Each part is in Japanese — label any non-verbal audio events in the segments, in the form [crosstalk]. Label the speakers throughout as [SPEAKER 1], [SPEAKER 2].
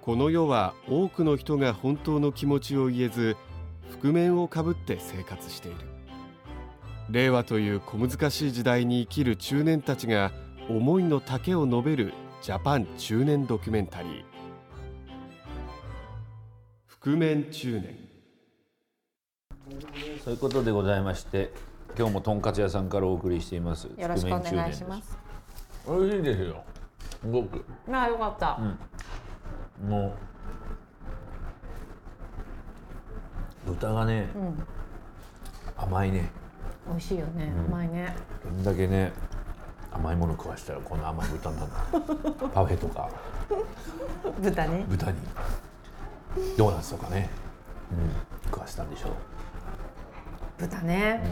[SPEAKER 1] この世は多くの人が本当の気持ちを言えず覆面をかぶって生活している令和という小難しい時代に生きる中年たちが思いの丈を述べるジャパン中年ドキュメンタリー覆面中年
[SPEAKER 2] そういうことでございまして今日もとんかつ屋さんからお送りしています
[SPEAKER 3] よろしくお
[SPEAKER 2] 覆面中
[SPEAKER 3] 願
[SPEAKER 2] 年
[SPEAKER 3] い
[SPEAKER 2] で
[SPEAKER 3] します。
[SPEAKER 2] 美味しいですよすごく
[SPEAKER 3] まあよかった。
[SPEAKER 2] もう豚がね、
[SPEAKER 3] ん
[SPEAKER 2] 甘いね
[SPEAKER 3] 美味しいよね。うまいね。
[SPEAKER 2] こんだけね甘いもの食わしたらこんな甘い豚
[SPEAKER 3] [laughs]
[SPEAKER 2] になるのパフェとか
[SPEAKER 3] [laughs] 豚ね。
[SPEAKER 2] 豚にドーナツとかね、うん、食わしたんでしょう
[SPEAKER 3] 豚ね。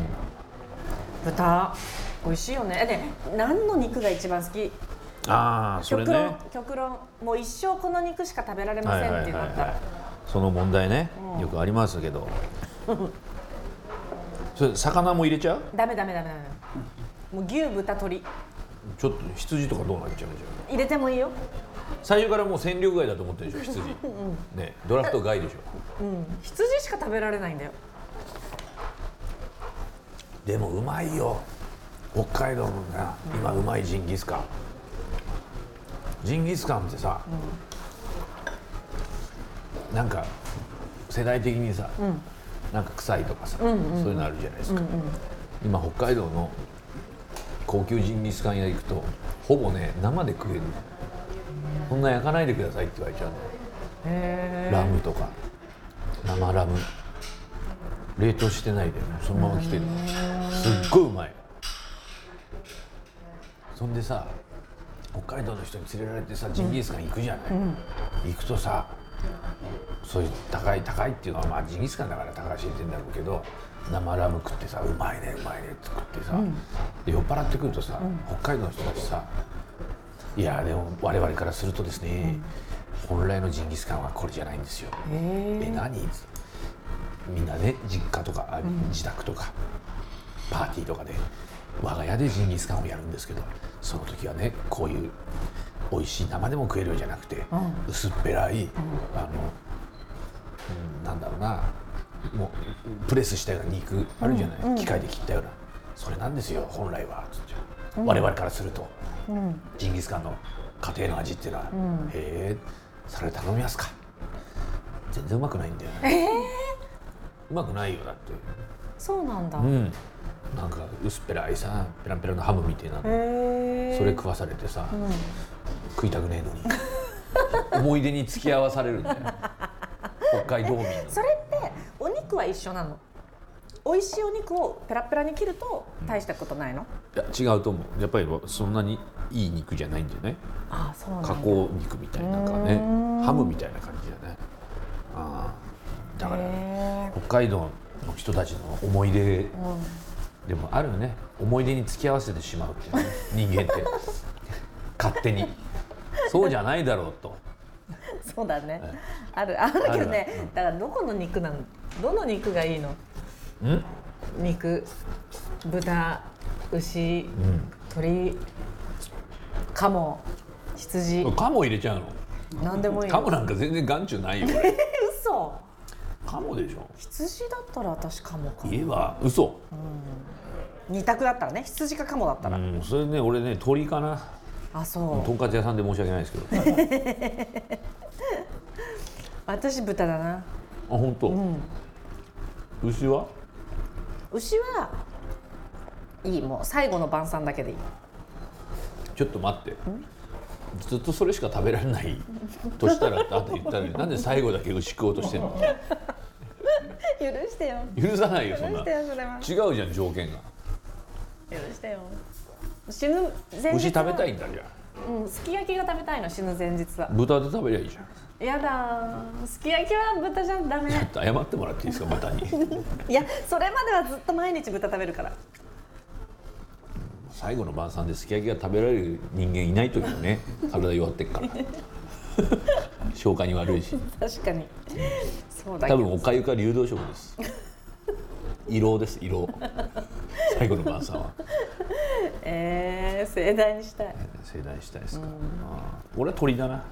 [SPEAKER 3] 豚。美味しいよね。えで何の肉が一番好き？
[SPEAKER 2] ああそれ
[SPEAKER 3] 極
[SPEAKER 2] ね
[SPEAKER 3] 論極論もう一生この肉しか食べられませんってなったら。
[SPEAKER 2] い、その問題ね、よくありますけ
[SPEAKER 3] [laughs]
[SPEAKER 2] どそれ魚も入れちゃう
[SPEAKER 3] ダメダメダメダメ。もう牛豚鶏
[SPEAKER 2] ちょっと羊とかどうなっちゃうじゃん
[SPEAKER 3] 入れてもいいよ。
[SPEAKER 2] 最初からもう戦力外だと思ってるでしょ羊ねドラフト外でしょ
[SPEAKER 3] 羊しか食べられないんだよ。
[SPEAKER 2] でもうまいよ北海道のな今うまいジンギスカンジンギスカンってさ、なんか世代的にさ、なんか臭いとかさ、そういうのあるじゃないですか、今北海道の高級ジンギスカン屋行くとほぼね生で食えるそんな焼かないでくださいって言われちゃうの
[SPEAKER 3] へ
[SPEAKER 2] ラムとか生ラム冷凍してないでそのまま来てるすっごいうまいそんでさ北海道の人に連れられてさジンギスカン行くじゃない、行くとさそういう高い高いっていうのはまあジンギスカンだから高いし言ってんだろうけど生ラム食ってさうまいねうまいねって食ってさ、で酔っ払ってくるとさ、北海道の人たちさいやでも我々からするとですね、本来のジンギスカンはこれじゃないんですよ。え何みんなね実家とか、あ自宅とかパーティーとかで我が家でジンギスカンをやるんですけどその時はねこういう美味しい生でも食えるようじゃなくて、薄っぺらい、あの、うんなんだろうなもうプレスしたような肉あるじゃない、機械で切ったようなそれなんですよ本来はつって我々からすると、ジンギスカンの家庭の味っていうのは、へえそれ頼みますか全然うまくないんだよね、うまくないよだって
[SPEAKER 3] そうなんだ。
[SPEAKER 2] うんなんか薄っぺらいさペランペラのハムみたいなの
[SPEAKER 3] へえ。
[SPEAKER 2] それ食わされてさ、食いたくねえのに思い出に付き合わされるんだよ北海道民の
[SPEAKER 3] それってお肉は一緒なの。美味しいお肉をペラペラに切ると大したことないの？
[SPEAKER 2] いや違うと思うやっぱりそんなにいい肉じゃないんじゃない
[SPEAKER 3] ああそうなんだ。
[SPEAKER 2] 加工肉みたいななんかねハムみたいな感じだねああだから
[SPEAKER 3] へ
[SPEAKER 2] 北海道の人たちの思い出、でもあるよね思い出に付き合わせてしまうっていうね、人間って [laughs] 勝手にそうじゃないだろうと
[SPEAKER 3] えそうだね。あるあるけど
[SPEAKER 2] ある
[SPEAKER 3] ね。だからどこの肉なの？どの肉がいいの？
[SPEAKER 2] ん
[SPEAKER 3] 肉、豚、牛、鶏、鴨、羊、
[SPEAKER 2] カモ入れちゃうの
[SPEAKER 3] なんでもいい
[SPEAKER 2] カ
[SPEAKER 3] の
[SPEAKER 2] モ。なんか全然眼中ないよ俺
[SPEAKER 3] 嘘。
[SPEAKER 2] カモでしょ
[SPEAKER 3] 羊だったら私鴨か。
[SPEAKER 2] 家は嘘
[SPEAKER 3] 二択だったらね。羊か鴨だった
[SPEAKER 2] う
[SPEAKER 3] ら。
[SPEAKER 2] んそれね俺ね鳥かな
[SPEAKER 3] あそ
[SPEAKER 2] と
[SPEAKER 3] う。
[SPEAKER 2] んかつ屋さんで申し訳ないですけどあ
[SPEAKER 3] 私豚だな。
[SPEAKER 2] 本当、牛は
[SPEAKER 3] 牛はいいもう最後の晩餐だけでいい。
[SPEAKER 2] ちょっと待ってずっとそれしか食べられないとしたらあと言ったのになんで最後だけ牛食おうとしてんの
[SPEAKER 3] 許してよ。
[SPEAKER 2] 許さないよ
[SPEAKER 3] 許
[SPEAKER 2] そんな
[SPEAKER 3] してよそれは。
[SPEAKER 2] 違うじゃん条件が
[SPEAKER 3] 許してよ。死ぬ前日は
[SPEAKER 2] 牛食べたいんだじゃ
[SPEAKER 3] うん、すき焼きが食べたいの死ぬ前日は
[SPEAKER 2] あ豚で食べりゃいいじゃん
[SPEAKER 3] やだーすき焼きは豚じゃダ
[SPEAKER 2] [laughs]
[SPEAKER 3] メ
[SPEAKER 2] ちょっと謝ってもらっていいですか
[SPEAKER 3] [laughs]
[SPEAKER 2] 豚に
[SPEAKER 3] いやそれまではずっと毎日豚食べるから
[SPEAKER 2] 最後の晩餐ですき焼きが食べられる人間いない時もね体弱ってっから消化に悪いし
[SPEAKER 3] 確かにそうだけ
[SPEAKER 2] 多
[SPEAKER 3] ど
[SPEAKER 2] 分おかゆか流動食です胃ろうです胃ろう最後の晩餐は
[SPEAKER 3] えー、盛大にしたい
[SPEAKER 2] 盛大にしたいですか、ああ俺は鳥だな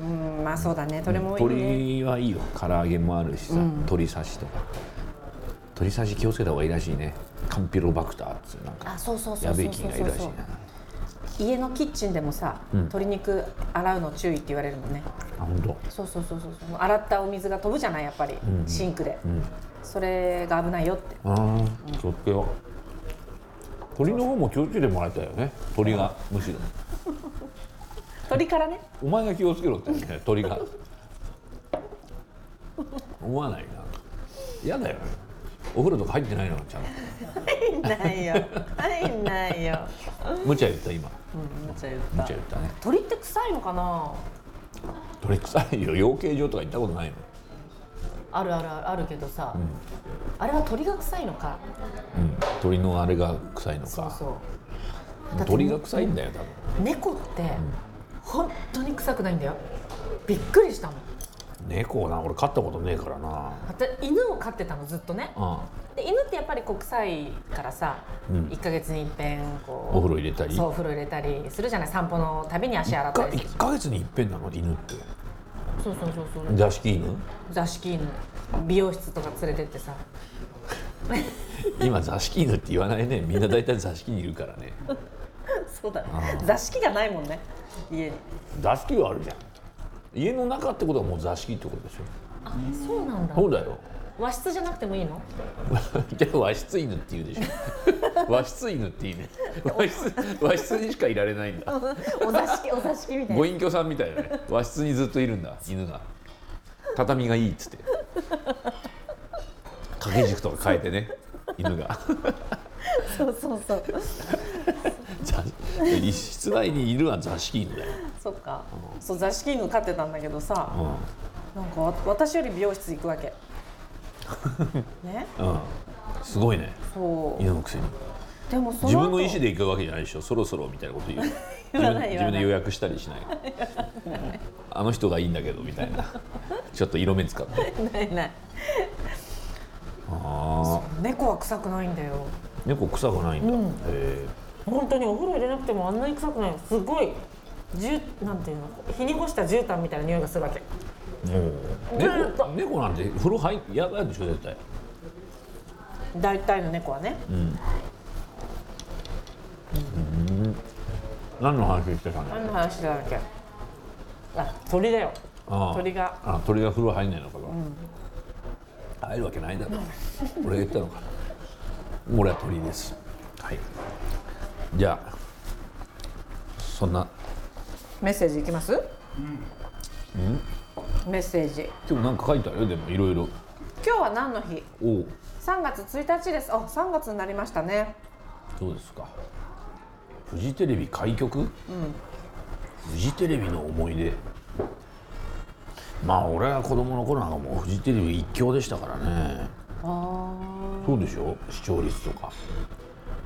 [SPEAKER 3] うんまあそうだねどれもいいね
[SPEAKER 2] 鶏はいいよ唐揚げもあるしさ、鶏刺しとか鶏刺し気をつけた方がいいらしいねカンピロバクターっつうなんか
[SPEAKER 3] あそうそうそ
[SPEAKER 2] や
[SPEAKER 3] う
[SPEAKER 2] べえ
[SPEAKER 3] そう
[SPEAKER 2] 菌
[SPEAKER 3] そう
[SPEAKER 2] がいるらしい
[SPEAKER 3] そ
[SPEAKER 2] な
[SPEAKER 3] う家のキッチンでもさ、鶏肉洗うの注意って言われるもんね
[SPEAKER 2] あ本当。
[SPEAKER 3] そうそうそうそうそう洗ったお水が飛ぶじゃないやっぱり、シンクで、
[SPEAKER 2] ん
[SPEAKER 3] それが危ないよって
[SPEAKER 2] ああ気をつけよう鳥の方も気をつけてもらいたいよね鳥がむしろ
[SPEAKER 3] 鶏からね
[SPEAKER 2] お前が気をつけろって言うん
[SPEAKER 3] [laughs]
[SPEAKER 2] だよ鳥が思わないな嫌だよねお風呂とか入ってないのちゃんと
[SPEAKER 3] 入んないよ入んないよ
[SPEAKER 2] 無茶言った今
[SPEAKER 3] うんめっちゃ言っ
[SPEAKER 2] 無
[SPEAKER 3] た
[SPEAKER 2] 茶言ったね
[SPEAKER 3] 鳥って臭いのかな
[SPEAKER 2] 鳥臭いよ養鶏場とか行ったことないの
[SPEAKER 3] あるあるあるけどさ、あれは鳥が臭いのか
[SPEAKER 2] うん鳥のあれが臭いのか
[SPEAKER 3] そうそうだって
[SPEAKER 2] 鳥が臭いんだよ多分
[SPEAKER 3] 猫って本当に臭くないんだよびっくりしたもん
[SPEAKER 2] 猫な俺飼ったことねえからな
[SPEAKER 3] 私犬を飼ってたのずっとね
[SPEAKER 2] あ
[SPEAKER 3] で犬ってやっぱりこう臭いからさ、
[SPEAKER 2] うん
[SPEAKER 3] 一1か月に一遍こう
[SPEAKER 2] お風呂入れたり
[SPEAKER 3] そうお風呂入れたりするじゃない散歩のたびに足洗
[SPEAKER 2] あ
[SPEAKER 3] ったりする
[SPEAKER 2] 1か月に一遍なの犬って
[SPEAKER 3] そうそうそうそう
[SPEAKER 2] 座敷犬
[SPEAKER 3] 座敷犬美容室とか連れてってさ
[SPEAKER 2] 今座敷犬って言わないねみんな大体座敷にいるからね
[SPEAKER 3] そうだね座敷がないもんね家に
[SPEAKER 2] 座敷はあるじゃん家の中ってことはもう座敷ってことでしょ
[SPEAKER 3] あそうなんだ
[SPEAKER 2] そうだよ [laughs]
[SPEAKER 3] 和室じゃなくてもいいの
[SPEAKER 2] じゃあ和室犬って言うでしょ [laughs] 和室犬っていいね和室和室にしかいられないんだ
[SPEAKER 3] [laughs] お座敷お座敷みたい
[SPEAKER 2] ご
[SPEAKER 3] な
[SPEAKER 2] 隠居さんみたいなね和室にずっといるんだ犬が畳がいいっつって掛け軸とか変えてね犬が [laughs]
[SPEAKER 3] そうそうそう
[SPEAKER 2] 座一室内にいるは座敷犬だよ、
[SPEAKER 3] そっかそう座敷犬飼ってたんだけどさ
[SPEAKER 2] うん
[SPEAKER 3] なんかわ私より美容室行く
[SPEAKER 2] [laughs]
[SPEAKER 3] わけね
[SPEAKER 2] うん、すごいね
[SPEAKER 3] そう
[SPEAKER 2] 犬のくせに
[SPEAKER 3] でもその後
[SPEAKER 2] 自分の意思で行くわけじゃないでしょそろそろみたいなこと言う
[SPEAKER 3] [laughs] 言わな
[SPEAKER 2] 自分
[SPEAKER 3] い
[SPEAKER 2] 自分で
[SPEAKER 3] 言
[SPEAKER 2] 予
[SPEAKER 3] わ
[SPEAKER 2] 約したりし
[SPEAKER 3] [laughs]
[SPEAKER 2] ないあの人がいいんだけどみたいなちょっと色目使
[SPEAKER 3] [laughs]
[SPEAKER 2] って
[SPEAKER 3] ないない
[SPEAKER 2] ああ
[SPEAKER 3] 猫は臭くないんだよ
[SPEAKER 2] 猫臭くないんだ、へえ
[SPEAKER 3] 本当にお風呂入れなくてもあんなに臭くないすごいじゅなんていうの日に干した絨毯みたいな匂いがするわけ
[SPEAKER 2] 猫猫なんて風呂入っやばいでしょ絶対
[SPEAKER 3] 大体の猫はね
[SPEAKER 2] 何の話してたんだ
[SPEAKER 3] 何の話だっけあ鳥だよ
[SPEAKER 2] ああ
[SPEAKER 3] 鳥が
[SPEAKER 2] あ鳥が風呂入んないのかと、入るわけないだろ俺が言ったのかな俺は鳥ですはいじゃあそんな
[SPEAKER 3] メッセージいきますメッセージ
[SPEAKER 2] 今日なんか書いてあるよでもいろいろ
[SPEAKER 3] 今日は何の日
[SPEAKER 2] おお
[SPEAKER 3] 3月1日ですあ3月になりましたね
[SPEAKER 2] そうですかフジテレビ開局、フジテレビの思い出まあ俺は子供の頃なんかもうフジテレビ一強でしたからね
[SPEAKER 3] あ
[SPEAKER 2] そうでしょ視聴率とか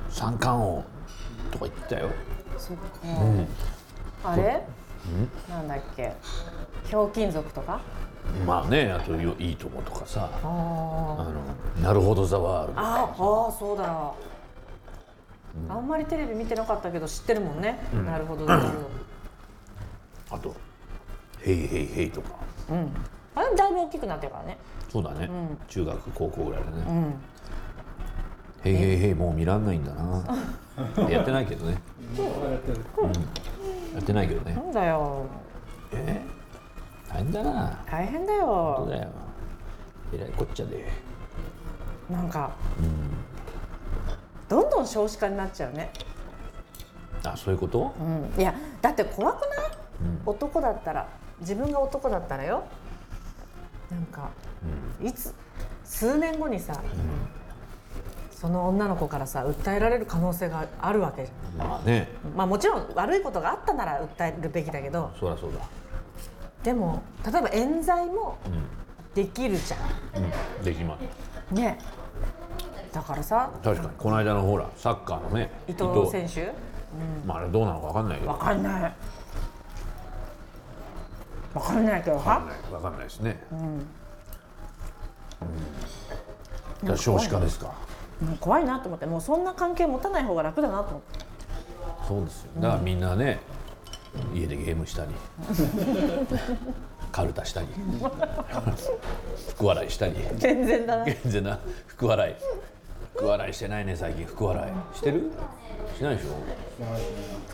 [SPEAKER 2] 三冠王とか言ってたよ
[SPEAKER 3] あそっか、あれなんだっけひょうきん族とか
[SPEAKER 2] まあねあとよいいとことかさ
[SPEAKER 3] あー
[SPEAKER 2] あのなるほどザワールド
[SPEAKER 3] ああそうだ、あんまりテレビ見てなかったけど知ってるもんね、なるほどなるほど
[SPEAKER 2] あとヘイヘイヘイとか
[SPEAKER 3] あれもだいぶ大きくなってるからね
[SPEAKER 2] そうだね、中学高校ぐらいだね、へいへいへいもう見らんないんだなやってないけどね、うんやってないけどね
[SPEAKER 3] なんだよ
[SPEAKER 2] 大変だな
[SPEAKER 3] 大変だ
[SPEAKER 2] そう
[SPEAKER 3] よ
[SPEAKER 2] だよえらいこっちゃで
[SPEAKER 3] なんか、どんどん少子化になっちゃうね、
[SPEAKER 2] あそういうこと、
[SPEAKER 3] うん、いやだって怖くない、男だったら自分が男だったらよなんか、いつ数年後にさ、その女の子からさ訴えられる可能性があるわけじゃん
[SPEAKER 2] まあね
[SPEAKER 3] まあもちろん悪いことがあったなら訴えるべきだけど
[SPEAKER 2] そりゃそうだ
[SPEAKER 3] でも例えば冤罪もできるじゃ
[SPEAKER 2] うんできます
[SPEAKER 3] んねだからさ
[SPEAKER 2] 確かにこの間のほらサッカーのね
[SPEAKER 3] 伊藤選手
[SPEAKER 2] まああれどうなのか分かんないけど
[SPEAKER 3] わかんないわかんないけど
[SPEAKER 2] わかん
[SPEAKER 3] は
[SPEAKER 2] ないわかんないですねうん、じゃあ少子化ですか
[SPEAKER 3] もう怖いなと思ってもうそんな関係持たない方が楽だなと思って
[SPEAKER 2] そうですよだからみんなね、家でゲームしたりカルタしたり福笑いしたり
[SPEAKER 3] 全然だな
[SPEAKER 2] 健全な福笑い福笑いしてないね最近福笑いしてるしないでしょ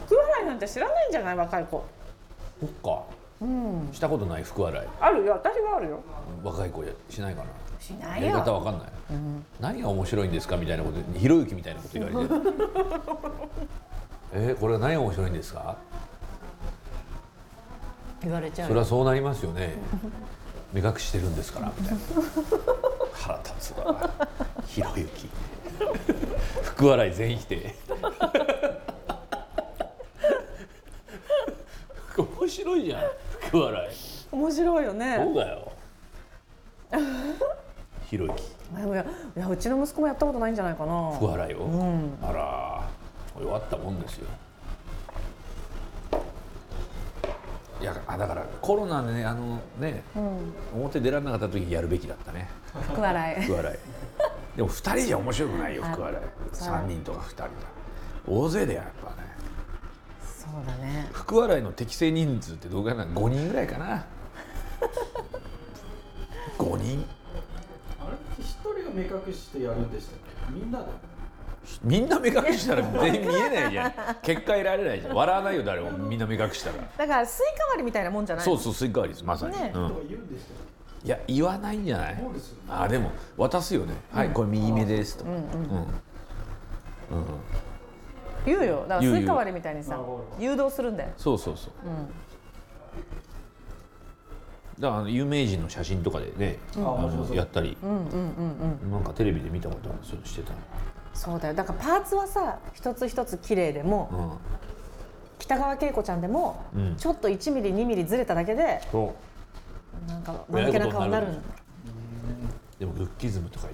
[SPEAKER 3] 福笑いなんて知らないんじゃない若い子
[SPEAKER 2] そっか、したことない福笑い
[SPEAKER 3] あるよ私はあるよ
[SPEAKER 2] 若い子やしないかな
[SPEAKER 3] しな
[SPEAKER 2] やり方わかんない、何が面白いんですかみたいなことひろゆきみたいなこと言われてえーこれは何が面白いんですか
[SPEAKER 3] 言われちゃ
[SPEAKER 2] それ
[SPEAKER 3] う
[SPEAKER 2] はそうなりますよね目隠してるんですからみたいな腹立つわひろゆき福笑い全否定面白いじゃん福笑い
[SPEAKER 3] 面白いよ
[SPEAKER 2] そう
[SPEAKER 3] ね
[SPEAKER 2] だよひろゆき
[SPEAKER 3] でもいやいやうちの息子もやったことないんじゃないかな
[SPEAKER 2] 福笑いを、あら弱ったもんですよいやあだからコロナでねあのね、表出られなかった時やるべきだったね
[SPEAKER 3] 福笑
[SPEAKER 2] 福笑いでも2人じゃ面白くないよ
[SPEAKER 3] あ
[SPEAKER 2] 福笑い
[SPEAKER 3] そう
[SPEAKER 2] 3人とか2人だ大勢でやっぱね
[SPEAKER 3] そうだね
[SPEAKER 2] 福笑いの適正人数ってどうかな5人ぐらいかな5人
[SPEAKER 4] あれって一人が目隠してやるんでしたっけみんなで
[SPEAKER 2] みんな目隠したら全員見えないじゃん結果得られないじゃん笑わないよ誰もみんな目隠したら
[SPEAKER 3] だからスイカ割りみたいなもんじゃない
[SPEAKER 2] そうそうスイカ割りですまさに、
[SPEAKER 3] ね
[SPEAKER 2] う
[SPEAKER 4] と
[SPEAKER 2] ん
[SPEAKER 4] か言うんでしたっ
[SPEAKER 2] いや言わないんじゃない
[SPEAKER 4] そうですよね
[SPEAKER 2] あでも渡すよね、はいこれ右目ですとか、
[SPEAKER 3] 言うよだから
[SPEAKER 2] 言う
[SPEAKER 3] ス
[SPEAKER 2] 言う
[SPEAKER 3] イカ割りみたいにさ誘導するんだよ
[SPEAKER 2] そうそうそう、だからあの有名人の写真とかでね、
[SPEAKER 4] ん
[SPEAKER 2] あ
[SPEAKER 4] あそうそ
[SPEAKER 2] の
[SPEAKER 4] う
[SPEAKER 2] やったり、なんかテレビで見たことあるそういうのしてた
[SPEAKER 3] そうだよだからパーツはさ一つ一つ綺麗でも、
[SPEAKER 2] の
[SPEAKER 3] 北川景子ちゃんでも、
[SPEAKER 2] うん
[SPEAKER 3] ちょっと1ミリ2ミリずれただけで
[SPEAKER 2] うんそ
[SPEAKER 3] なんか間抜けな顔になる
[SPEAKER 2] えらいことになるんうでもルッキズムとか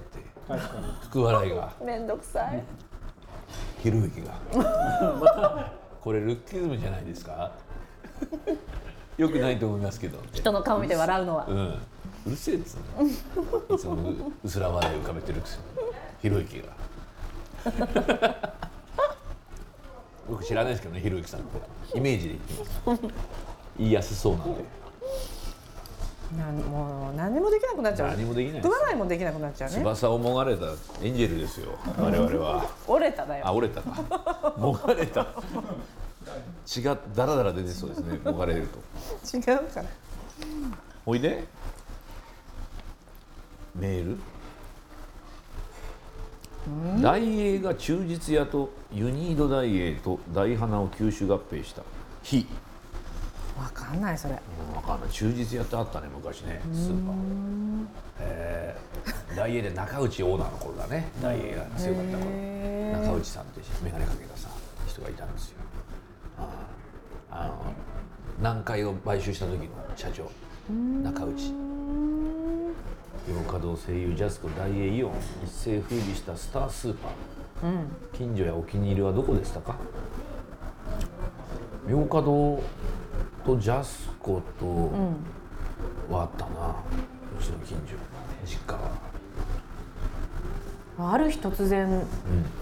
[SPEAKER 2] 言って
[SPEAKER 4] け確かに
[SPEAKER 2] 福笑いが
[SPEAKER 3] めんどくさい、
[SPEAKER 2] ひろゆ
[SPEAKER 4] [laughs]
[SPEAKER 2] きがこれルッキズムじゃないですかよくないと思いますけどって
[SPEAKER 3] 人の顔見て笑うのは
[SPEAKER 2] うん、うるせえっつうのいつもううすら笑い浮かべてるくせにひろゆきが [laughs] 僕知らないですけどねひろゆきさんのことイメージで言ってます言いやすそうなんで
[SPEAKER 3] なんもう何にもできなくなっちゃう
[SPEAKER 2] 何もできないです
[SPEAKER 3] 食わないもできなくなっちゃうね
[SPEAKER 2] 翼をもがれたエンジェルですよ我々は
[SPEAKER 3] 折れただよ
[SPEAKER 2] あ折れたかもがれた血がダラダラ出てそうですねもがれると
[SPEAKER 3] 違うから
[SPEAKER 2] おいでメール大英が中実屋とユニード大英と大花を吸収合併した日
[SPEAKER 3] わかんないそれ
[SPEAKER 2] 分かんない中実屋ってあったね昔ねスーパーえー大英で中内オーナーの頃だね大英が強かった頃中内さんって眼鏡かけたさ人がいたんですよあーあの南海を買収した時の社長中内洋華堂声優ジャスコ大英イオン一世風靡したスタースーパー、近所やお気に入りはどこでしたか洋華堂とジャスコとはあったな、うちの近所実家は
[SPEAKER 3] ある日突然、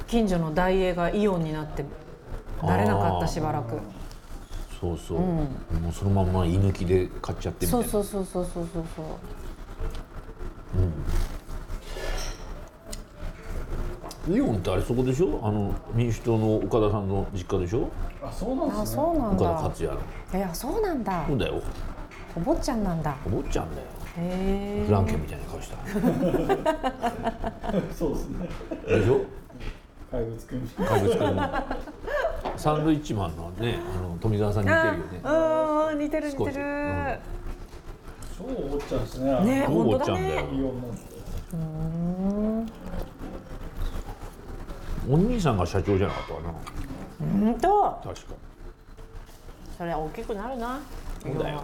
[SPEAKER 3] 近所の大英がイオンになってなれなかったしばらく
[SPEAKER 2] そうそう、もうそのまんま居抜きで買っちゃってみたい
[SPEAKER 3] そう
[SPEAKER 2] な
[SPEAKER 3] そうそうそうそうそうそう
[SPEAKER 2] イオンってあれそこでしょあの民主党の岡田さんの実家でしょ
[SPEAKER 4] あそうなん
[SPEAKER 3] あ
[SPEAKER 4] ですね
[SPEAKER 3] そうなん
[SPEAKER 2] 岡田
[SPEAKER 3] だ
[SPEAKER 2] 克也の
[SPEAKER 3] いやそうなんだ
[SPEAKER 2] そうだよ
[SPEAKER 3] お坊ちゃんなんだ
[SPEAKER 2] お坊ちゃんだよ
[SPEAKER 3] へえ
[SPEAKER 2] フランケンみたいな顔した
[SPEAKER 4] [laughs] そうですね
[SPEAKER 2] でしょ
[SPEAKER 4] 怪物くんみたい
[SPEAKER 2] 怪物君のサンドイッチマンのねあの富澤さんに似てるよね
[SPEAKER 3] あうん似てる似
[SPEAKER 2] 少
[SPEAKER 3] て
[SPEAKER 2] し
[SPEAKER 3] る、
[SPEAKER 2] うん
[SPEAKER 4] 超おっちゃんですね
[SPEAKER 3] ね
[SPEAKER 2] どう
[SPEAKER 3] 本
[SPEAKER 2] お坊
[SPEAKER 3] 当だ
[SPEAKER 2] ちゃんだよ
[SPEAKER 3] ね
[SPEAKER 4] イオンなんて
[SPEAKER 2] お兄さんが社長じゃなかったかな
[SPEAKER 3] 本当
[SPEAKER 2] 確か
[SPEAKER 3] それは大きくなるな
[SPEAKER 2] そうだよ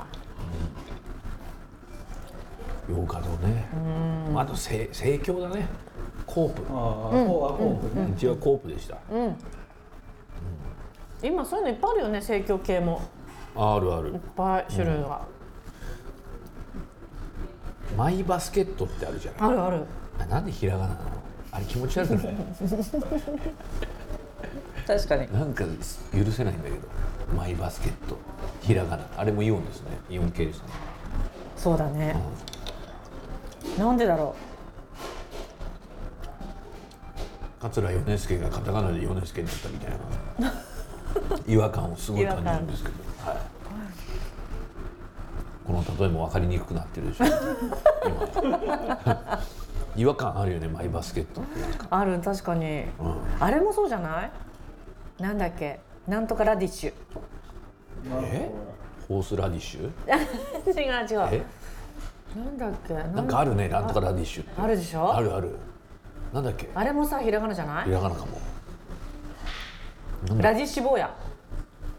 [SPEAKER 2] 洋華堂ねまああとせ盛況だねコープ
[SPEAKER 4] ああこうあこうね
[SPEAKER 2] うちはコープでした
[SPEAKER 3] 今そういうのいっぱいあるよね生協系も
[SPEAKER 2] あるある
[SPEAKER 3] いっぱい種類が、
[SPEAKER 2] マイバスケットってあるじゃない
[SPEAKER 3] あるある
[SPEAKER 2] あなんでひらがななのあれ気持ち悪く [laughs] ない
[SPEAKER 3] 確かに
[SPEAKER 2] なんか許せないんだけどマイバスケットひらがなあれもイオンですねイオン系ですね
[SPEAKER 3] そうだね、なんでだろ
[SPEAKER 2] 桂米助がカタカナで米助になったみたい [laughs] な違和感をすごい感じるんですけど、はい、この例えも分かりにくくなってるでしょ今 [laughs] 違和感あるよねマイバスケットって
[SPEAKER 3] うある確かに、
[SPEAKER 2] ん
[SPEAKER 3] あれもそうじゃないなんだっけなんとかラディッシュ
[SPEAKER 2] えホースラディッシュ
[SPEAKER 3] 違う違
[SPEAKER 2] え
[SPEAKER 3] うなんだっけなん
[SPEAKER 2] なんかあるねなんとかラディッシュって
[SPEAKER 3] あるでしょ
[SPEAKER 2] あるあるなんだっけ
[SPEAKER 3] あれもさひらがなじゃない
[SPEAKER 2] ひらがなかも
[SPEAKER 3] ラディッシュ坊や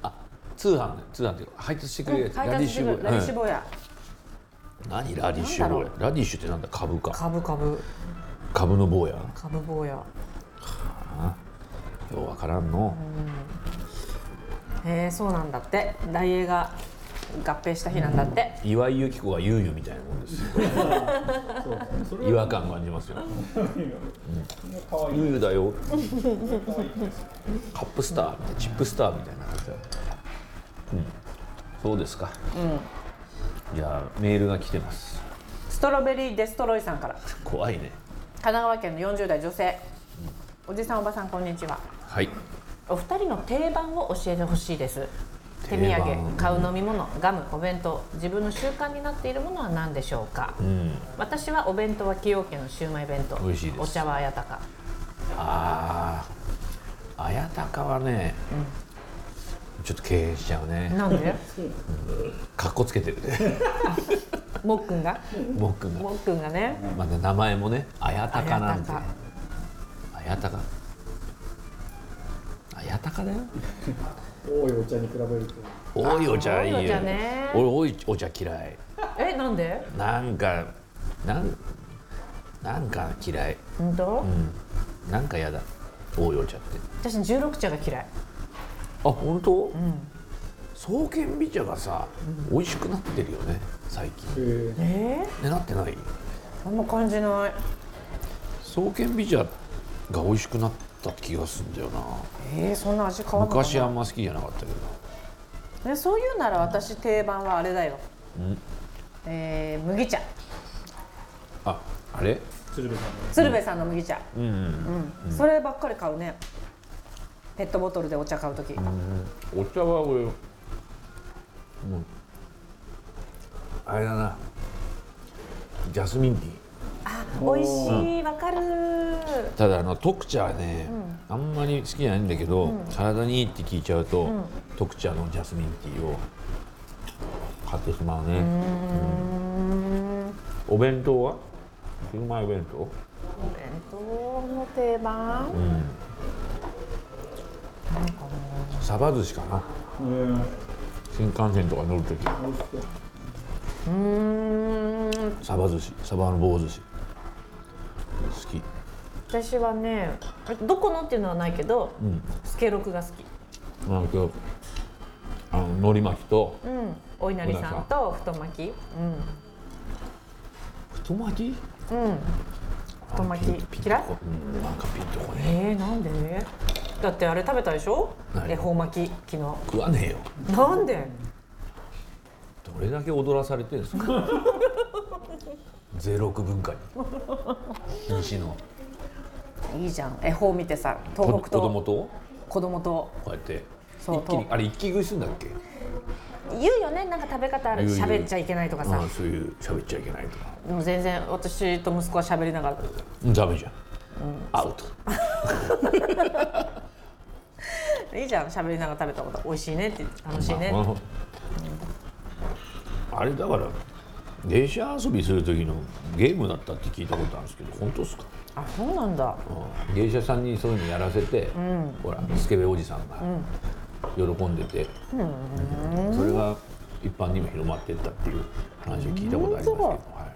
[SPEAKER 2] あ通販ね通販っていうか配達してくれるやつ、
[SPEAKER 3] 配達してくるラディッシュ坊や、
[SPEAKER 2] うん何ラディッシュ坊
[SPEAKER 3] なんだ
[SPEAKER 2] やラディッシュってなんだ株か
[SPEAKER 3] 株株
[SPEAKER 2] 株の坊や
[SPEAKER 3] 株坊や
[SPEAKER 2] ようわからんの、
[SPEAKER 3] へえそうなんだって大英が合併した日なんだって、
[SPEAKER 2] 岩井由紀子がゆうゆみたいなもんですよ
[SPEAKER 4] そうそれ
[SPEAKER 2] 違
[SPEAKER 4] は
[SPEAKER 2] 和感感じますよ
[SPEAKER 4] 可愛い
[SPEAKER 2] ゆうゆだよ
[SPEAKER 4] 可愛いです
[SPEAKER 2] カップスターみたいなチップスターみたいな感じだ、うん、そうですか、じゃあメールが来てます
[SPEAKER 3] ストロベリーデストロイさんから神
[SPEAKER 2] 怖いね
[SPEAKER 3] 奈川県の40代女性、おじさんおばさんこんにちは
[SPEAKER 2] はい
[SPEAKER 3] お二人の定番を教えてほしいです手土
[SPEAKER 2] 定番
[SPEAKER 3] 産買う飲み物ガムお弁当自分の習慣になっているものは何でしょうか、私はお弁当は崎陽軒のシウマイ弁当
[SPEAKER 2] 美味しいです
[SPEAKER 3] お茶は綾鷹
[SPEAKER 2] ああ綾鷹はね、ちょっと敬遠しちゃうね
[SPEAKER 3] なんで
[SPEAKER 2] かっこつけてる
[SPEAKER 3] [laughs]
[SPEAKER 2] ね
[SPEAKER 3] もっくんが
[SPEAKER 2] 僕が
[SPEAKER 3] もっくんがね
[SPEAKER 2] まだ名前もね綾鷹なんて
[SPEAKER 3] 綾
[SPEAKER 2] 綾鷹綾鷹だよ
[SPEAKER 4] 多いお茶に比べると
[SPEAKER 2] 多いお茶いいよ
[SPEAKER 3] 多いお茶ね
[SPEAKER 2] 俺多いお茶嫌い
[SPEAKER 3] えなんで
[SPEAKER 2] なんかなんなんか嫌い、
[SPEAKER 3] 本当、
[SPEAKER 2] うん、なんか嫌だ多いお茶って
[SPEAKER 3] 私16茶が嫌
[SPEAKER 2] あ
[SPEAKER 3] い
[SPEAKER 2] 本当、創建美茶がさ、美味しくなってるよね最近
[SPEAKER 4] えー
[SPEAKER 3] え
[SPEAKER 2] ねなってない
[SPEAKER 3] ー、あんま感じない
[SPEAKER 2] 創建美茶が美味しくなった気がするんだよな
[SPEAKER 3] えー、そんな味変わんのかな
[SPEAKER 2] 昔あんま好きじゃなかったけど
[SPEAKER 3] ね、そういうなら私定番はあれだよ、えー麦茶
[SPEAKER 2] ああれ
[SPEAKER 4] 鶴瓶さんの
[SPEAKER 3] 鶴瓶さんの麦茶、
[SPEAKER 2] うん、うん、
[SPEAKER 3] うんそればっかり買うねペットボトルでお茶買う時、
[SPEAKER 2] お茶は俺うんあれだなジャスミンティー
[SPEAKER 3] 美味しいわかる
[SPEAKER 2] ただあの特茶はね、あんまり好きじゃないんだけど、体にいいって聞いちゃうと、特茶のジャスミンティーを買ってしまうねうんお弁当はシウマイ弁当
[SPEAKER 3] お弁当の定番、
[SPEAKER 2] サバ寿司かな
[SPEAKER 4] うん
[SPEAKER 2] 新幹線とか乗るとき
[SPEAKER 4] 美味しそう
[SPEAKER 2] サバ寿司サバの棒寿司好き
[SPEAKER 3] 私はねどこのっていうのはないけど、スケロクが好き
[SPEAKER 2] なんかあの海苔巻きと
[SPEAKER 3] うん、お稲荷さんと太巻き、
[SPEAKER 2] 太巻き
[SPEAKER 3] うん、うん、太巻
[SPEAKER 2] ピンと
[SPEAKER 3] き嫌い？
[SPEAKER 2] うんなんかピンとこね
[SPEAKER 3] えー、なんで？だってあれ食べたでしょ？
[SPEAKER 2] 何
[SPEAKER 3] 恵方巻き昨日。
[SPEAKER 2] 食わねえよ
[SPEAKER 3] なんで？
[SPEAKER 2] どれだけ踊らされてるんです [laughs] かゼロク文化に西の
[SPEAKER 3] いいじゃん。恵方見てさ、東
[SPEAKER 2] こ子
[SPEAKER 3] 北と
[SPEAKER 2] 供と
[SPEAKER 3] 子供と
[SPEAKER 2] こうやって
[SPEAKER 3] そう
[SPEAKER 2] 一気に
[SPEAKER 3] と
[SPEAKER 2] あれ一気食いするんだっけ
[SPEAKER 3] 言うよね。なんか食べ方ある。
[SPEAKER 2] 言う言う
[SPEAKER 3] 喋っちゃいけないとか
[SPEAKER 2] あ
[SPEAKER 3] さ
[SPEAKER 2] あ。そういう喋っちゃいけないとか
[SPEAKER 3] でも全然私と息子は喋りながら。
[SPEAKER 2] うんダメじゃん、アウト
[SPEAKER 3] いいじゃん。喋りながら食べたこと。美味しいねって楽しいね。
[SPEAKER 2] まああれだから電車遊びする時のゲームだったって聞いたことあるんですけど本当ですか
[SPEAKER 3] あ、そうなんだ。
[SPEAKER 2] うん芸者さんにそういうのやらせて、ほらスケベおじさんが喜んでて、それが一般にも広まっていったっていう話を聞いたことありますけど、
[SPEAKER 3] 本当
[SPEAKER 2] はい、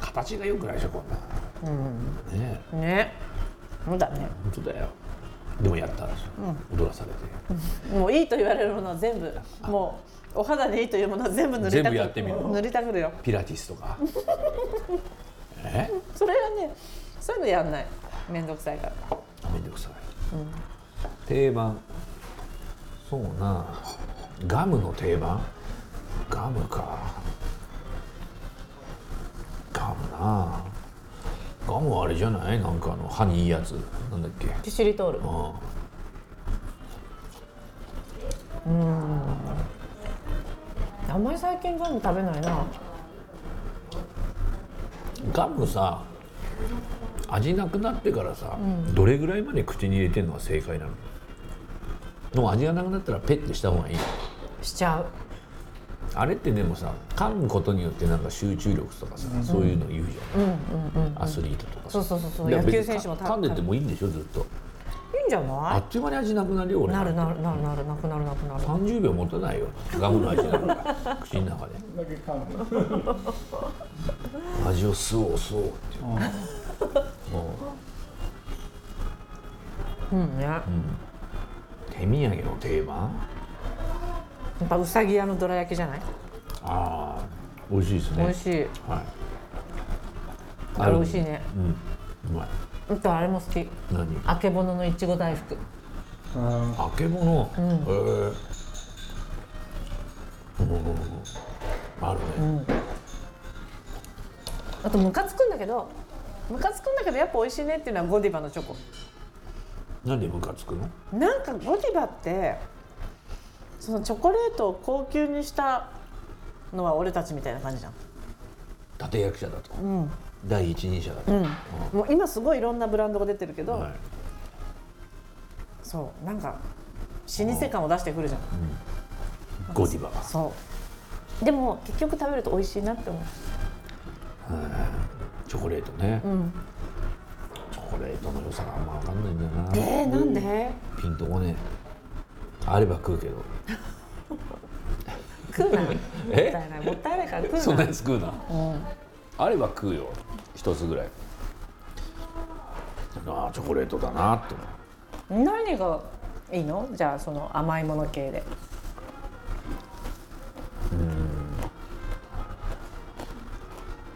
[SPEAKER 2] 形が良くないでしょこんな、ねえ
[SPEAKER 3] ね。そうだね。
[SPEAKER 2] 本当だよでもやったんですよ、踊らされて、
[SPEAKER 3] もういいと言われるものは全部。もうお肌にいいというものは全部塗りたく
[SPEAKER 2] 全部やってみる
[SPEAKER 3] 塗りたくるよ。
[SPEAKER 2] ピラティスとかえ
[SPEAKER 3] それはねそういうのやんないめんどくさいから
[SPEAKER 2] めんどくさい、定番そうなガムの定番ガムかガムなあガムはあれじゃないなんかあの歯にいいやつなんだっけ
[SPEAKER 3] キシリトール
[SPEAKER 2] うん
[SPEAKER 3] あんまり最近ガム食べないな
[SPEAKER 2] ガムさ味なくなってからさ、どれぐらいまで口に入れてんのが正解なのでも味がなくなったらペッてした方がいい
[SPEAKER 3] しちゃう
[SPEAKER 2] あれってでもさ噛むことによってなんか集中力とかさ、そういうの言うじゃない、アスリートとか
[SPEAKER 3] そ
[SPEAKER 2] さ
[SPEAKER 3] うそうそうそう
[SPEAKER 2] だから
[SPEAKER 3] 野球
[SPEAKER 2] 別に
[SPEAKER 3] 選手も
[SPEAKER 2] 噛んでてもいいんでしょずっと
[SPEAKER 3] いいんじゃ
[SPEAKER 2] あ
[SPEAKER 3] な
[SPEAKER 2] っという間に味なくなるよ
[SPEAKER 3] い
[SPEAKER 2] 俺
[SPEAKER 3] なるなるなるなるなくなるなくなる
[SPEAKER 2] 30秒持たないよガムの味なん
[SPEAKER 3] [laughs]
[SPEAKER 2] か口の中で
[SPEAKER 4] だけ噛む
[SPEAKER 2] 味を吸おう吸おうっていう、も
[SPEAKER 3] うんねや
[SPEAKER 2] う手土産の定番
[SPEAKER 3] っぱうさぎ屋のどら焼きじゃない
[SPEAKER 2] ああ美味しいですね
[SPEAKER 3] 美味しい
[SPEAKER 2] はい。
[SPEAKER 3] あれ美味しいね
[SPEAKER 2] うん。うまい。
[SPEAKER 3] あとあれも好き
[SPEAKER 2] 何？
[SPEAKER 3] あけぼののいちご大福
[SPEAKER 4] あ
[SPEAKER 2] あけぼの。へえ。うんうんうんあるね。
[SPEAKER 3] あとムカつくんだけどムカつくんだけどやっぱ美味しいねっていうのはゴディバのチョコ
[SPEAKER 2] なんでムカつくの？
[SPEAKER 3] なんかゴディバってそのチョコレートを高級にしたのは俺たちみたいな感じじゃん
[SPEAKER 2] 立役者だと。第一人者だと。
[SPEAKER 3] もう今すごいいろんなブランドが出てるけど、
[SPEAKER 2] はい。
[SPEAKER 3] そうなんか老舗感を出してくるじゃん、
[SPEAKER 2] ゴディバが。
[SPEAKER 3] そうでも結局食べると美味しいなって思う
[SPEAKER 2] チョコレートね。チョコレートの良さがあんま分かんないんだよな。
[SPEAKER 3] えー、なんで
[SPEAKER 2] ピンとこねえ。あれば食うけど。
[SPEAKER 3] 食うなみ
[SPEAKER 2] え
[SPEAKER 3] たいなもったいないから食うな
[SPEAKER 2] そんなやつ食うな、あれば食うよ一つぐらいああチョコレートだなって思う
[SPEAKER 3] 何がいいのじゃあその甘いもの系で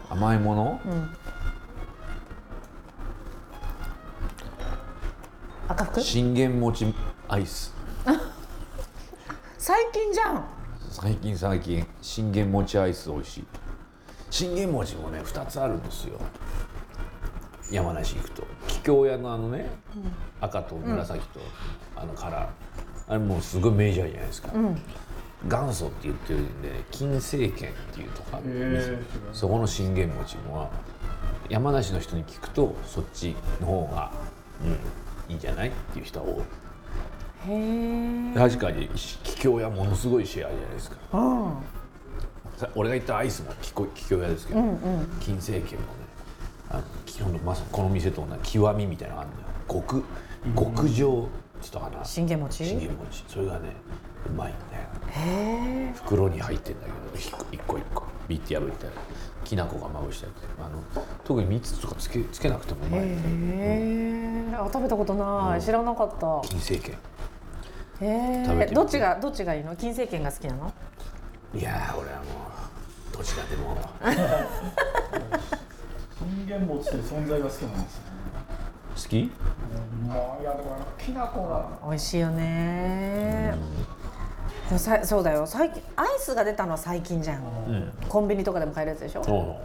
[SPEAKER 2] 甘いもの、
[SPEAKER 3] 赤服
[SPEAKER 2] 信玄餅アイス
[SPEAKER 3] 最近じゃん
[SPEAKER 2] 最近最近信玄餅アイス美味しい信玄餅もね2つあるんですよ山梨行くと桔梗屋のあのね、赤と紫と、あのカラーあれもうすごいメジャーじゃないですか、元祖って言ってるんで金聖軒っていうとか、
[SPEAKER 4] え
[SPEAKER 2] そこの信玄餅も山梨の人に聞くとそっちの方が、うん、いいんじゃないっていう人は多い
[SPEAKER 3] へえ
[SPEAKER 2] 確かに桔梗屋ものすごいシェアじゃないですか
[SPEAKER 3] うん
[SPEAKER 2] さ俺が行ったアイスも桔梗桔梗屋ですけど、金星軒もねあの基本のまさにこの店と同じ極みみたいなのがあるんだよ極極上って言ったかな
[SPEAKER 3] 信玄餅
[SPEAKER 2] 信玄餅それがねうまいんだよ袋に入ってんだけどひ一個一個ビッて破いたりきな粉がまぶしてあってあの特に蜜とかつけつけなくてもうまいんだよ
[SPEAKER 3] へえあ食べたことない、知らなかった
[SPEAKER 2] 金星軒
[SPEAKER 3] へえ
[SPEAKER 2] 食べてみて
[SPEAKER 3] どっちがどっちがいいの金星券が好きなの
[SPEAKER 2] いやー俺はもうどちらでも
[SPEAKER 4] 信玄餅という存在が好きなんですね
[SPEAKER 2] 好き
[SPEAKER 4] もういやでもあのきな粉が
[SPEAKER 3] 美味しいよねでもさそうだよ最近アイスが出たのは最近じゃん、コンビニとかでも買えるやつでしょ
[SPEAKER 2] そうなの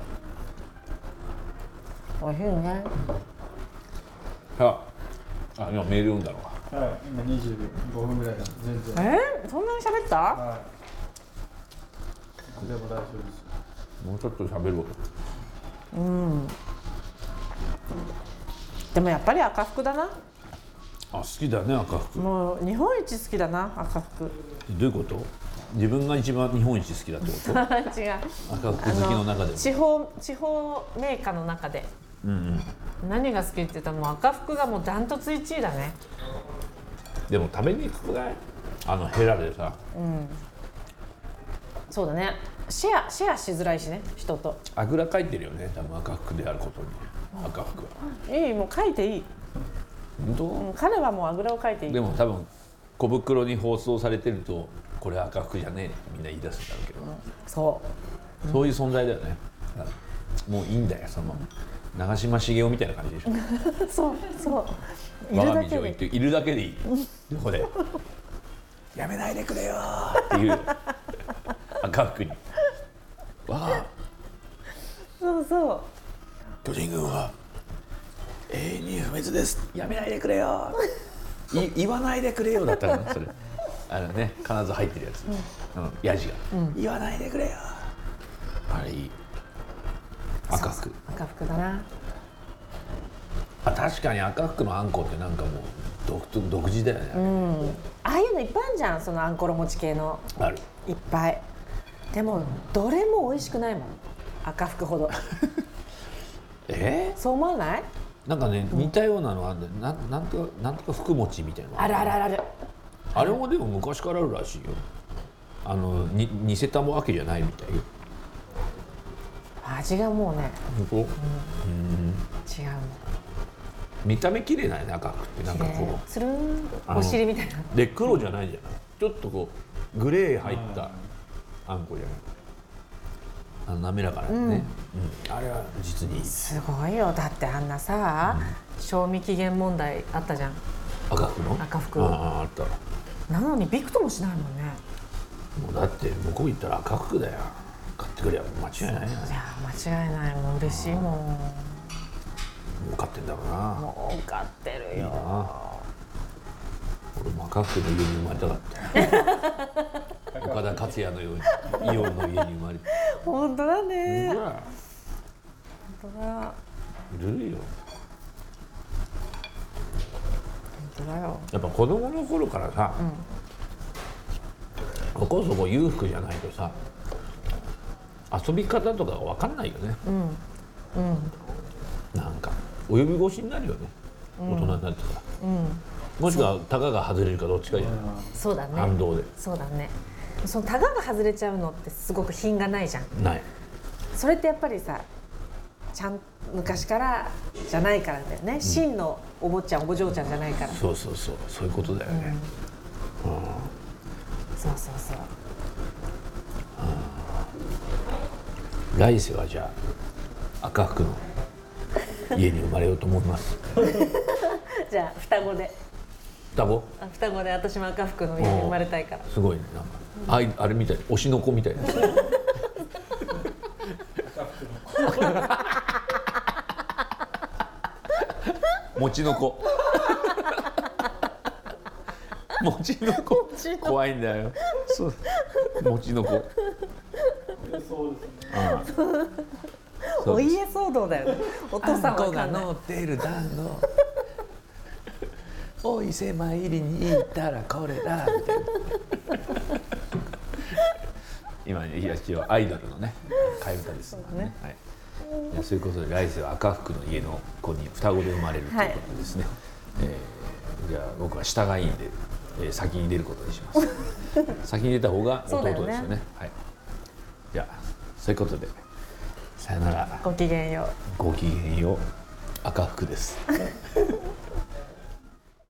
[SPEAKER 3] 美味しいね
[SPEAKER 2] ああ今メール読んだのか
[SPEAKER 4] はい今25分ぐらいなんで全然
[SPEAKER 3] えー、そんなに喋った
[SPEAKER 4] はいでも大丈夫です
[SPEAKER 2] もうちょっと喋ろう
[SPEAKER 3] でもやっぱり赤服だな
[SPEAKER 2] あ好きだね赤服ど
[SPEAKER 3] もう日本一好きだな赤服 [laughs]
[SPEAKER 2] ういうこと自分が一番日本一好きだって [laughs] こと
[SPEAKER 3] 違う
[SPEAKER 2] 赤服好きの中でも
[SPEAKER 3] 地方地方メーカーの中で、何が好きって言ったらもう赤服がもうダントツ1位だね
[SPEAKER 2] でも食べにくくないあのヘラでさ
[SPEAKER 3] そうだねシェアシェアしづらいしね人と
[SPEAKER 2] あぐらかいてるよね多分赤服であることに赤服はい
[SPEAKER 3] いもう書いていい
[SPEAKER 2] 本
[SPEAKER 3] 彼はもうあぐらを書いてい
[SPEAKER 2] 当
[SPEAKER 3] い
[SPEAKER 2] でも多分小袋に包装されてるとこれ赤服じゃねえみんな言い出すんだろうけど、
[SPEAKER 3] そ
[SPEAKER 2] そういう存在だよねだからもういいんだよその長嶋茂雄みたいな感じでしょ
[SPEAKER 3] うそうそうい
[SPEAKER 2] 我 [laughs]
[SPEAKER 3] る
[SPEAKER 2] が
[SPEAKER 3] だ
[SPEAKER 2] 道
[SPEAKER 3] け
[SPEAKER 2] を行っ
[SPEAKER 3] で
[SPEAKER 2] ているだけでいいこれやめないでくれよーっていう赤服にわあ
[SPEAKER 3] そうそう
[SPEAKER 2] 巨人軍は永遠に不滅ですやめないでくれよーい言わないでくれよだったのねそれあのね必ず入ってるやつ、うん、ヤジが、言わないでくれよーあれいい赤服
[SPEAKER 3] 赤服だな
[SPEAKER 2] あ確かに赤服のあんこってなんかもう独特独自だよね、
[SPEAKER 3] ああいうのいっぱいあるじゃんそのあんころ餅系の
[SPEAKER 2] ある
[SPEAKER 3] いっぱいでもどれも美味しくないもん赤服ほど
[SPEAKER 2] え
[SPEAKER 3] そう思わない
[SPEAKER 2] ー、なんかね似たようなのがあるんだよなんなんとかなんとか福餅みたいなのが
[SPEAKER 3] あるあるあるある
[SPEAKER 2] あれもでも昔からあるらしいよあのに似せたわけじゃないみたいよ
[SPEAKER 3] 味がもうね
[SPEAKER 2] 本
[SPEAKER 3] 違うもん
[SPEAKER 2] 見た目綺麗だよね赤くってなんか
[SPEAKER 3] 綺
[SPEAKER 2] こ
[SPEAKER 3] 麗つるん
[SPEAKER 2] あの
[SPEAKER 3] お尻みたいな
[SPEAKER 2] うで黒じゃないじゃないちょっとこうグレー入ったあんこじゃないあの滑らかなね、うんあれは実に
[SPEAKER 3] すごいよだってあんなさ、賞味期限問題あったじゃん
[SPEAKER 2] 赤くの
[SPEAKER 3] 赤服
[SPEAKER 2] あああったも
[SPEAKER 3] なのにビクともしないもんね
[SPEAKER 2] うだって向こう行ったら赤服だよ買ってくりゃ間違いないよ
[SPEAKER 3] い
[SPEAKER 2] ね
[SPEAKER 3] や間違いないもう嬉しいもん
[SPEAKER 2] もう買ってんだろうな
[SPEAKER 3] もう受かってる
[SPEAKER 2] いい
[SPEAKER 3] よ
[SPEAKER 2] な俺も赤服の家に生まれたかったよ岡田克也のようにイオンの家に生まれて
[SPEAKER 3] 本当だね
[SPEAKER 2] ほら
[SPEAKER 3] 本当だ本
[SPEAKER 2] ずるいよ
[SPEAKER 3] 当だよ
[SPEAKER 2] やっぱ子供の頃からさ、そこそこ裕福じゃないとさ遊び方とかが分かんないよねうん、なんか及び腰になるよね、大人になってから、もしくはたかが外れるかどっちかじゃない
[SPEAKER 3] そうだね
[SPEAKER 2] 反動で
[SPEAKER 3] そうだねそのタガが外れちゃうのってすごく品がないじゃん
[SPEAKER 2] ない
[SPEAKER 3] それってやっぱりさちゃん昔からじゃないからだよね、真のお坊ちゃんお嬢ちゃんじゃないから
[SPEAKER 2] そうそうそうそういうことだよね、
[SPEAKER 3] そうそうそう [laughs]
[SPEAKER 2] 来世はじゃあ赤福の家に生まれようと思います
[SPEAKER 3] じゃあ双子で
[SPEAKER 2] 双子
[SPEAKER 3] あ双子で私も赤福の家に生まれたいから
[SPEAKER 2] すごいねなんかあいあれみたい推しの子みたいな [laughs] 餅の子餅の子怖いんだよそう餅の子
[SPEAKER 4] [laughs] そうですね。 [laughs]
[SPEAKER 2] そう
[SPEAKER 3] お
[SPEAKER 2] です
[SPEAKER 3] 家騒動だよねお父さんわかんない
[SPEAKER 2] ってる団子お伊勢参りに行ったらこれだみたいな今ね東はアイドルのね替え歌ですからねはいいやそういうことで来世は赤福の家の子に双子で生まれるということですね、えーじゃあ僕は下がいいんで、えー先に出ることにします [laughs] 先に出た方が弟ですよ
[SPEAKER 3] そうだよ
[SPEAKER 2] ね
[SPEAKER 3] ね
[SPEAKER 2] はいじゃあそういうことでさよなら
[SPEAKER 3] ごきげんよう
[SPEAKER 2] ごきげんよう赤福です